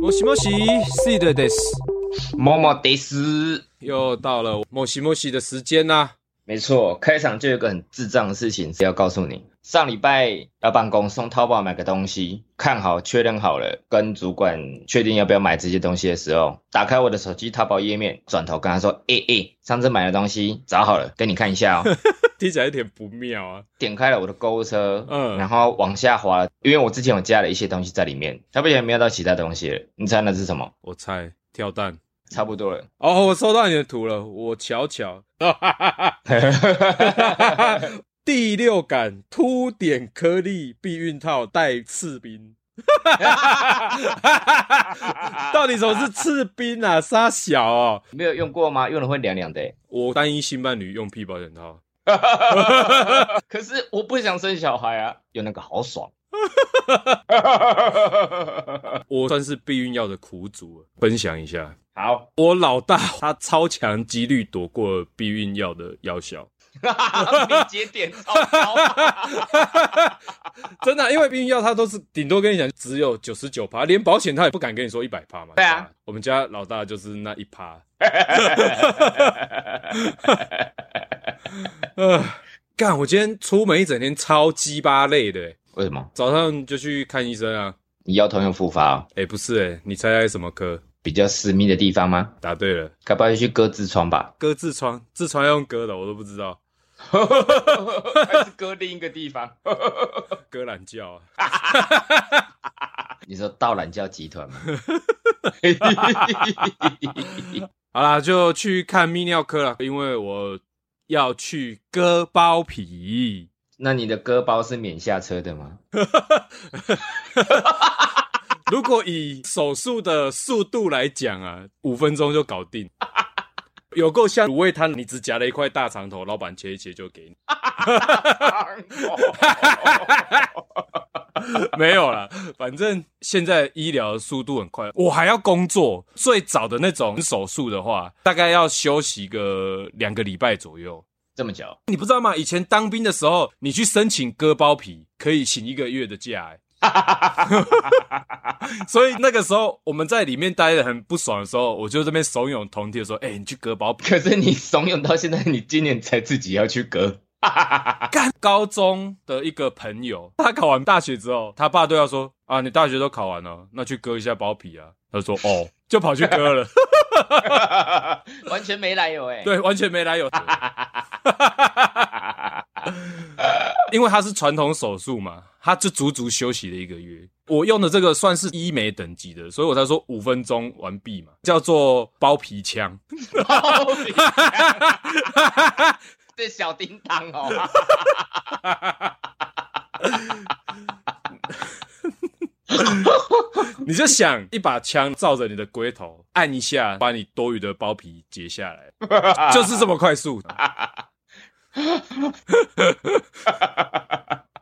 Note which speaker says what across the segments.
Speaker 1: 莫西莫西，see 的 this，
Speaker 2: 么么得斯。
Speaker 1: 又到了莫西莫西的时间啊啦、
Speaker 2: 没错，开场就有一个很智障的事情是要告诉你。上礼拜要办公，送淘宝买个东西，看好确认好了，跟主管确定要不要买这些东西的时候，打开我的手机淘宝页面，转头跟他说：“诶、诶、上次买的东西找好了，给你看一下哦。
Speaker 1: 听起来有点不妙啊。”
Speaker 2: 点开了我的购物车，
Speaker 1: 嗯
Speaker 2: 然后往下滑了，因为我之前有加了一些东西在里面，他不小心瞄到其他东西了。你猜那是什么？
Speaker 1: 我猜跳蛋。
Speaker 2: 差不多了。
Speaker 1: 哦，我收到你的图了，我瞧瞧。 第六感凸点颗粒避孕套带刺冰。 到底什么是刺冰啊？沙小哦，
Speaker 2: 没有用过吗？用了会凉凉的、欸。
Speaker 1: 我单一性伴侣用屁保险套。
Speaker 2: 可是我不想生小孩啊，有那个好 爽。
Speaker 1: 我算是避孕药的苦主了，分享一下。
Speaker 2: 好，
Speaker 1: 我老大他超强几率躲过了避孕药的药效，
Speaker 2: 你节点超高。
Speaker 1: 真的啊、因为避孕药它都是顶多跟你讲只有九十九趴，连保险它也不敢跟你说一百趴嘛。
Speaker 2: 对啊
Speaker 1: 吧，我们家老大就是那一趴。呃，干，我今天出门一整天超鸡巴累的欸，
Speaker 2: 为什么？
Speaker 1: 早上就去看医生啊。
Speaker 2: 你腰痛又复发、哦，
Speaker 1: 哎、不是哎、你猜猜什么科？
Speaker 2: 比较私密的地方吗？
Speaker 1: 答对了，
Speaker 2: 该不会去割痔疮吧？
Speaker 1: 割痔疮，痔疮要用割的，我都不知 道。
Speaker 2: 还是割另一个地方？
Speaker 1: 割懒觉啊。
Speaker 2: 你说盗懒教集 团吗？
Speaker 1: 好啦，就去看泌尿科了，因为我要去割包皮。
Speaker 2: 那你的割包是免下车的吗？
Speaker 1: 如果以手术的速度来讲啊， 五分钟就搞定，有够像卤味摊，你只夹了一块大肠头，老板切一切就给你。 没有啦，反正现在医疗速度很快，我还要工作。最早的那种手术的话，大概要休息个两个礼拜左右。
Speaker 2: 这么久？
Speaker 1: 你不知道吗？以前当兵的时候，你去申请割包皮，可以请一个月的假、欸。 所以那个时候我们在里面待的很不爽的时候，我就这边怂恿同梯说：“哎、你去割包皮。
Speaker 2: 可是你怂恿到现在，你今年才自己要去割，”
Speaker 1: 干，高中的一个朋友，他考完大学之后，他爸对他说：“啊，你大学都考完了，那去割一下包皮啊。”他说：“哦。”就跑去割了，
Speaker 2: 完全没来由哎、
Speaker 1: 对，完全没来由。 因为他是传统手术嘛，他就足足休息了一个月。我用的这个算是医美等级的，所以我才说五分钟完毕嘛，叫做包皮枪。
Speaker 2: 这小叮当哦，
Speaker 1: 你就想一把枪照着你的龟头按一下，把你多余的包皮截下来，就是这么快速。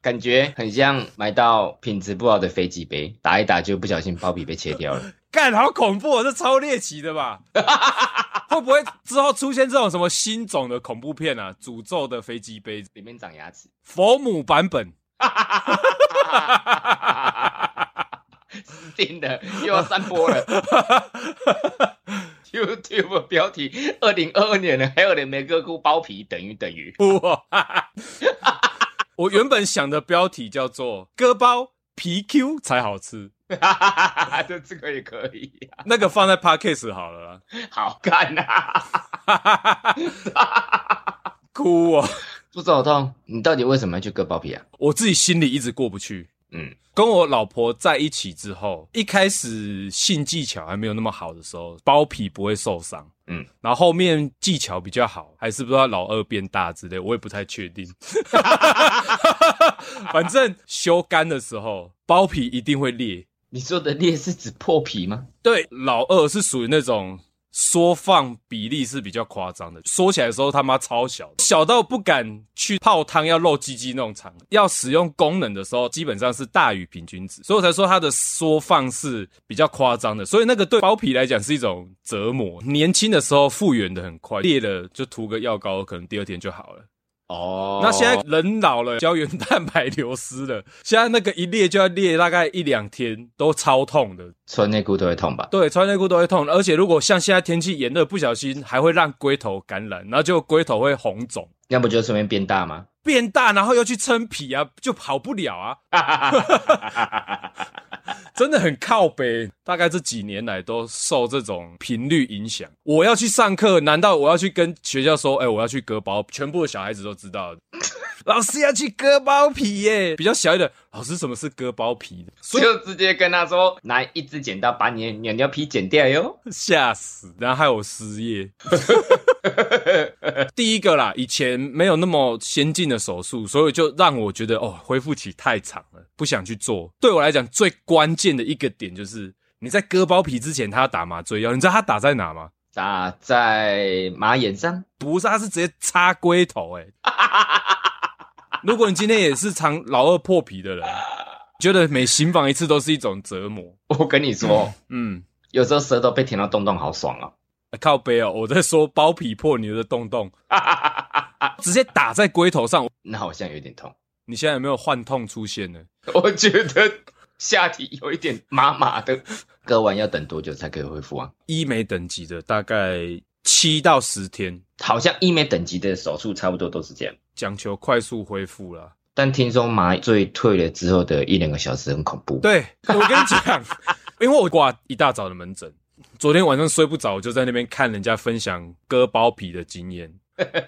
Speaker 2: 感觉很像买到品质不好的飞机杯，打一打就不小心包皮被切掉了。
Speaker 1: 干，好恐怖、哦！这超猎奇的吧？会不会之后出现这种什么新种的恐怖片啊？诅咒的飞机杯，
Speaker 2: 里面长牙齿，
Speaker 1: 佛母版本。
Speaker 2: 死定了，又要散播了。YouTube 标题：二零二二年了，还有人没割过包皮，等于等于。
Speaker 1: 哇！我原本想的标题叫做“割包皮 Q 才好吃
Speaker 2: 哈哈哈哈，这这个也可以、”，
Speaker 1: 那个放在 Podcast 好了啦。
Speaker 2: 好看啊！
Speaker 1: 哭哦！
Speaker 2: 朱总痛，你到底为什么要去割包皮啊？
Speaker 1: 我自己心里一直过不去。
Speaker 2: 嗯，
Speaker 1: 跟我老婆在一起之后，一开始性技巧还没有那么好的时候，包皮不会受伤。
Speaker 2: 嗯，
Speaker 1: 然后后面技巧比较好，还是不知道老二变大之类，我也不太确定。反正修干的时候，包皮一定会裂。
Speaker 2: 你说的裂是指破皮吗？
Speaker 1: 对，老二是属于那种缩放比例是比较夸张的，缩起来的时候他妈超小，小到不敢去泡汤要露鸡鸡那种长。要使用功能的时候，基本上是大于平均值，所以我才说它的缩放是比较夸张的。所以那个对包皮来讲是一种折磨，年轻的时候复原的很快，裂了就涂个药膏，可能第二天就好了。
Speaker 2: 哦
Speaker 1: 那现在人老了，胶原蛋白流失了，现在那个一裂就要裂大概一两天，都超痛的。
Speaker 2: 穿内裤都会痛吧？
Speaker 1: 对，穿内裤都会痛，而且如果像现在天气炎热，不小心还会让龟头感染，然后就龟头会红肿、
Speaker 2: 要不就顺便变大吗？
Speaker 1: 变大，然后又去撑皮啊，就跑不了啊， 真的很靠北。大概这几年来都受这种频率影响。我要去上课，难道我要去跟学校说，哎、我要去割包？全部的小孩子都知道，老师要去割包皮耶。比较小一点，老师什么是割包皮的？所以
Speaker 2: 就直接跟他说，拿一支剪刀把你的鸟鸟皮剪掉哟。
Speaker 1: 吓死，然后害我失业。第一个啦，以前没有那么先进的手术，所以就让我觉得哦，恢复期太长了，不想去做。对我来讲，最关键的一个点就是你在割包皮之前，他要打麻醉药，你知道他打在哪吗？
Speaker 2: 打在马眼上，
Speaker 1: 不是，他是直接插龟头、欸。哎，如果你今天也是常老二破皮的人，觉得每行房一次都是一种折磨。
Speaker 2: 我跟你说，
Speaker 1: 嗯，
Speaker 2: 有时候舌头被舔到洞洞好爽哦。
Speaker 1: 靠背哦，我在说包皮破你的洞洞，直接打在龟头上。
Speaker 2: 那好像有点痛，
Speaker 1: 你现在有没有幻痛出现呢？
Speaker 2: 我觉得下体有一点麻麻的。割完要等多久才可以恢复啊？
Speaker 1: 医美等级的大概七到十天，
Speaker 2: 好像医美等级的手术差不多都是这样。
Speaker 1: 讲求快速恢复啦。
Speaker 2: 但听说麻醉退了之后的一两个小时很恐怖。，
Speaker 1: 对，我跟你讲， 因为我挂一大早的门诊，昨天晚上睡不着，我就在那边看人家分享割包皮的经验。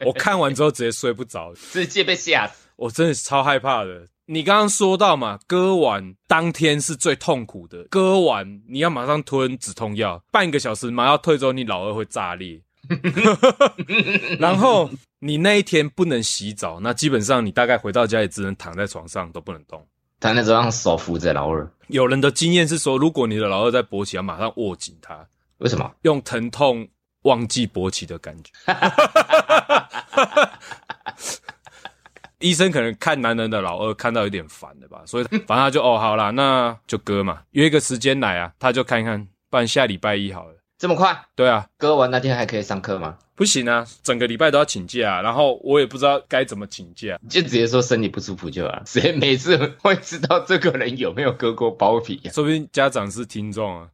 Speaker 1: 我看完之后直接睡不着，
Speaker 2: 直接被吓死。
Speaker 1: 我真的是超害怕的。你刚刚说到嘛，割完当天是最痛苦的，割完你要马上吞止痛药，半个小时麻药退之后，你老二会炸裂。然后你那一天不能洗澡，那基本上你大概回到家也只能躺在床上，都不能动。
Speaker 2: 他那时候让手扶着老二，
Speaker 1: 有人的经验是说，如果你的老二在勃起，要马上握紧它，
Speaker 2: 为什么？
Speaker 1: 用疼痛忘记勃起的感觉。 医生可能看男人的老二看到有点烦了吧，所以反正他就哦好啦，那就割嘛，约个时间来啊，他就看一看，不然下礼拜一好了。
Speaker 2: 这么快？
Speaker 1: 对啊，
Speaker 2: 割完那天还可以上课吗？
Speaker 1: 不行啊，整个礼拜都要请假、啊，然后我也不知道该怎么请假。
Speaker 2: 就直接说身体不舒服就好了。谁每次会知道这个人有没有割过包皮啊呀、
Speaker 1: 说不定家长是听众啊，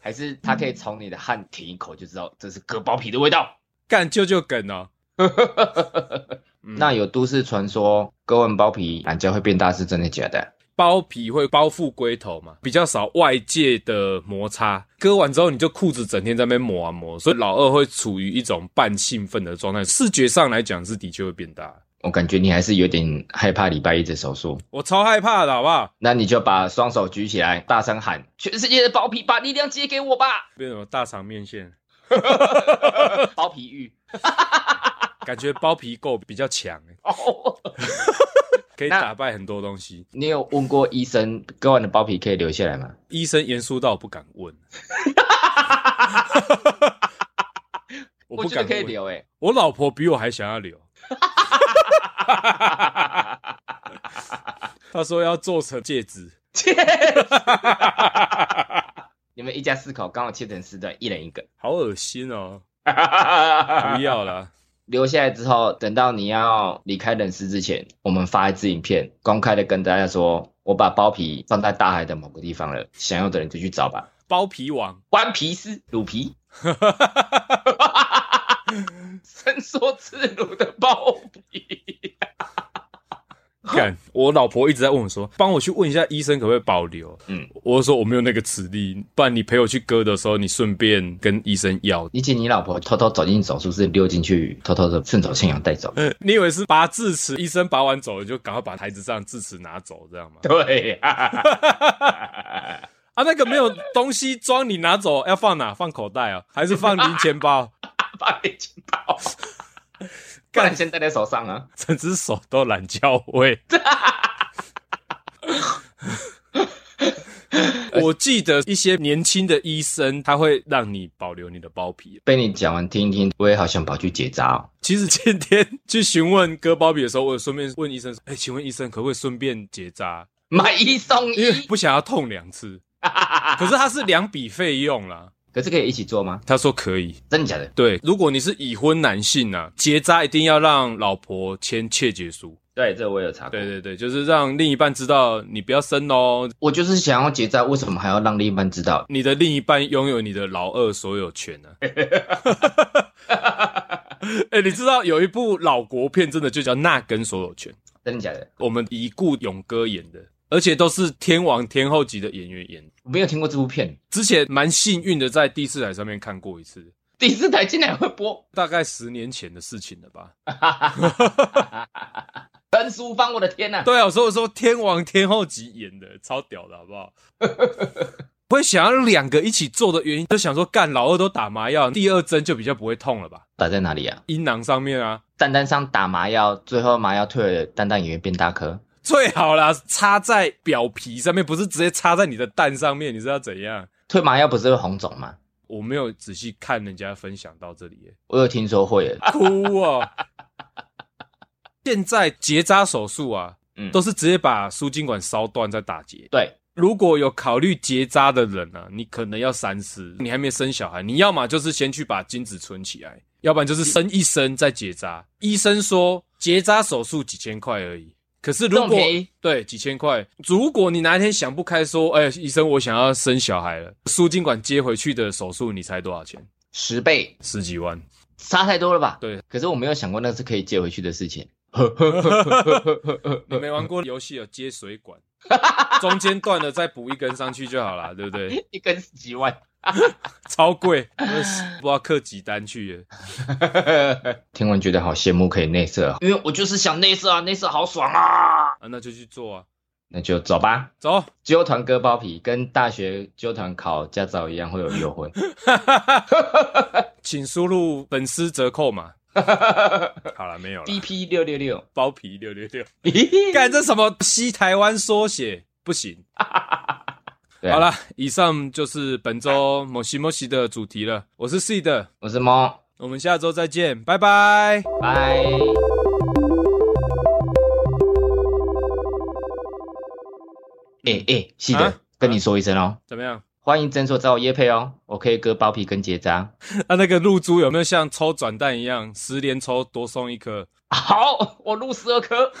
Speaker 2: 还是他可以从你的汗舔一口就知道这是割包皮的味道？
Speaker 1: 干舅舅梗哦。嗯
Speaker 2: 那有都市传说割完包皮懒觉会变大，是真的假的？
Speaker 1: 包皮会包覆龟头嘛，比较少外界的摩擦。割完之后，你就裤子整天在那边磨啊磨，所以老二会处于一种半兴奋的状态。视觉上来讲是的确会变大，
Speaker 2: 我感觉你还是有点害怕礼拜一的手术。
Speaker 1: 我超害怕的好不好？
Speaker 2: 那你就把双手举起来，大声喊：“全世界的包皮，把力量借给 我吧
Speaker 1: 变成什么大肠面线，！”
Speaker 2: 包皮浴
Speaker 1: 感觉包皮垢比较强、欸，
Speaker 2: 哦，
Speaker 1: 可以
Speaker 2: 那
Speaker 1: 打败很多东西。
Speaker 2: 你有问过医生割完的包皮可以留下来吗？
Speaker 1: 医生严肃到我不敢 问，我
Speaker 2: 我
Speaker 1: 不
Speaker 2: 觉
Speaker 1: 敢
Speaker 2: 得可以欸
Speaker 1: 问。
Speaker 2: 留诶、
Speaker 1: 我老婆比我还想要留， 她说要做成戒指。
Speaker 2: 你们一家四口刚好切成四段，一人一个。
Speaker 1: 好恶心哦！不
Speaker 2: 不
Speaker 1: 要 啦，
Speaker 2: 留下来之后，等到你要离开人世之前，我们发一支影片，公开的跟大家说，我把包皮放在大海的某个地方了，想要的人就去找吧。
Speaker 1: 包皮王，
Speaker 2: 关皮丝、乳 皮，伸缩自如的包皮，
Speaker 1: 干！我老婆一直在问我说，帮我去问一下医生可不可以保留。
Speaker 2: 嗯，
Speaker 1: 我说我没有那个实力，不然你陪我去割的时候，你顺便跟医生要。
Speaker 2: 以及你老婆偷偷走进手术室，溜进去，偷偷的顺手牵羊带走。
Speaker 1: 你以为是拔智齿，医生拔完走了就赶快把台子上智齿拿走，这样吗？
Speaker 2: 对、啊，
Speaker 1: 啊，那个没有东西装，你拿走要放哪？放口袋啊，还是放零钱包？
Speaker 2: 把你亲到， 不然先戴在手上啊。
Speaker 1: 整只手都懒教会。我记得一些年轻的医生，他会让你保留你的包皮。
Speaker 2: 被你讲完听一听，我也好想跑去结扎、哦。
Speaker 1: 其实今天去询问割包皮的时候，我有顺便问医生说：“哎、请问医生可不可以顺便结扎？
Speaker 2: 买一送
Speaker 1: 因为
Speaker 2: 一，
Speaker 1: 不想要痛两次。”可是它是两笔费用啦，
Speaker 2: 可是可以一起做吗？
Speaker 1: 他说可以，
Speaker 2: 真的假的？
Speaker 1: 对，如果你是已婚男性啊，结扎一定要让老婆签切结书。
Speaker 2: 对，这我有查过。
Speaker 1: 对对对，就是让另一半知道你不要生哦，
Speaker 2: 我就是想要结扎，为什么还要让另一半知道？
Speaker 1: 你的另一半拥有你的老二所有权呢、啊。哎、你知道有一部老国片，真的就叫《那根所有权》，
Speaker 2: 真的假的？
Speaker 1: 我们已故勇哥演的，而且都是天王天后级的演员演的。
Speaker 2: 我没有听过这部片，
Speaker 1: 之前蛮幸运的，在第四台上面看过一次，
Speaker 2: 第四台竟然会播。
Speaker 1: 大概十年前的事情了吧。
Speaker 2: 陈淑芳，我的天呐、
Speaker 1: 对啊，所以我说天王天后级演的，超屌的，好不好？会想要两个一起做的原因，就想说干老二都打麻药，第二针就比较不会痛了吧？
Speaker 2: 打在哪里啊？
Speaker 1: 阴囊上面啊，
Speaker 2: 蛋蛋上打麻药，最后麻药退了，蛋蛋也会变大颗。
Speaker 1: 最好啦，插在表皮上面，不是直接插在你的蛋上面，你知道怎样？
Speaker 2: 退麻药不是会红肿吗？
Speaker 1: 我没有仔细看人家分享到这里耶，
Speaker 2: 我有听说会耶，
Speaker 1: 哭哦。现在结扎手术啊，
Speaker 2: 嗯，
Speaker 1: 都是直接把输精管烧断再打结。
Speaker 2: 对，
Speaker 1: 如果有考虑结扎的人啊，你可能要三思。你还没生小孩，你要么就是先去把精子存起来，要不然就是生一生再结扎。医生说结扎手术几千块而已，可是如
Speaker 2: 这么
Speaker 1: 果
Speaker 2: 便宜
Speaker 1: 对几千块，如果你哪一天想不开说，哎、医生我想要生小孩了，输精管接回去的手术，你猜多少钱？
Speaker 2: 十倍
Speaker 1: 十几万。
Speaker 2: 差太多了吧？
Speaker 1: 对，
Speaker 2: 可是我没有想过那是可以借回去的事情。
Speaker 1: 你没玩过游戏有接水 管，中间断了再补一根上去就好啦，对不对？
Speaker 2: 一根十几万，
Speaker 1: 超 贵，我不知道刻几单去了。
Speaker 2: 听完觉得好羡慕，可以内射，哦因为我就是想内射啊，内射好爽啊。
Speaker 1: 啊，那就去做啊，
Speaker 2: 那就走吧，
Speaker 1: 走。
Speaker 2: 纠团割包皮，跟大学纠团考驾照一样会有诱 惑。
Speaker 1: 请输入粉丝折扣码。好了，没有了。
Speaker 2: BP 六六六，
Speaker 1: 包皮六六六，
Speaker 2: 对
Speaker 1: 干这什么西台湾缩写不行。
Speaker 2: 啊
Speaker 1: 好，了，以上就是本周某西某西的主题了。我是 C 的，
Speaker 2: 我是猫，
Speaker 1: 我们下周再见，拜拜。
Speaker 2: 拜。哎哎，记得、
Speaker 1: 啊
Speaker 2: 跟你说一声哦，
Speaker 1: 怎么样？
Speaker 2: 欢迎诊所找我叶配哦，我可以割包皮跟结扎。
Speaker 1: 啊那、那个露珠有没有像抽转蛋一样，十连抽多送一颗？
Speaker 2: 好，我录十二颗。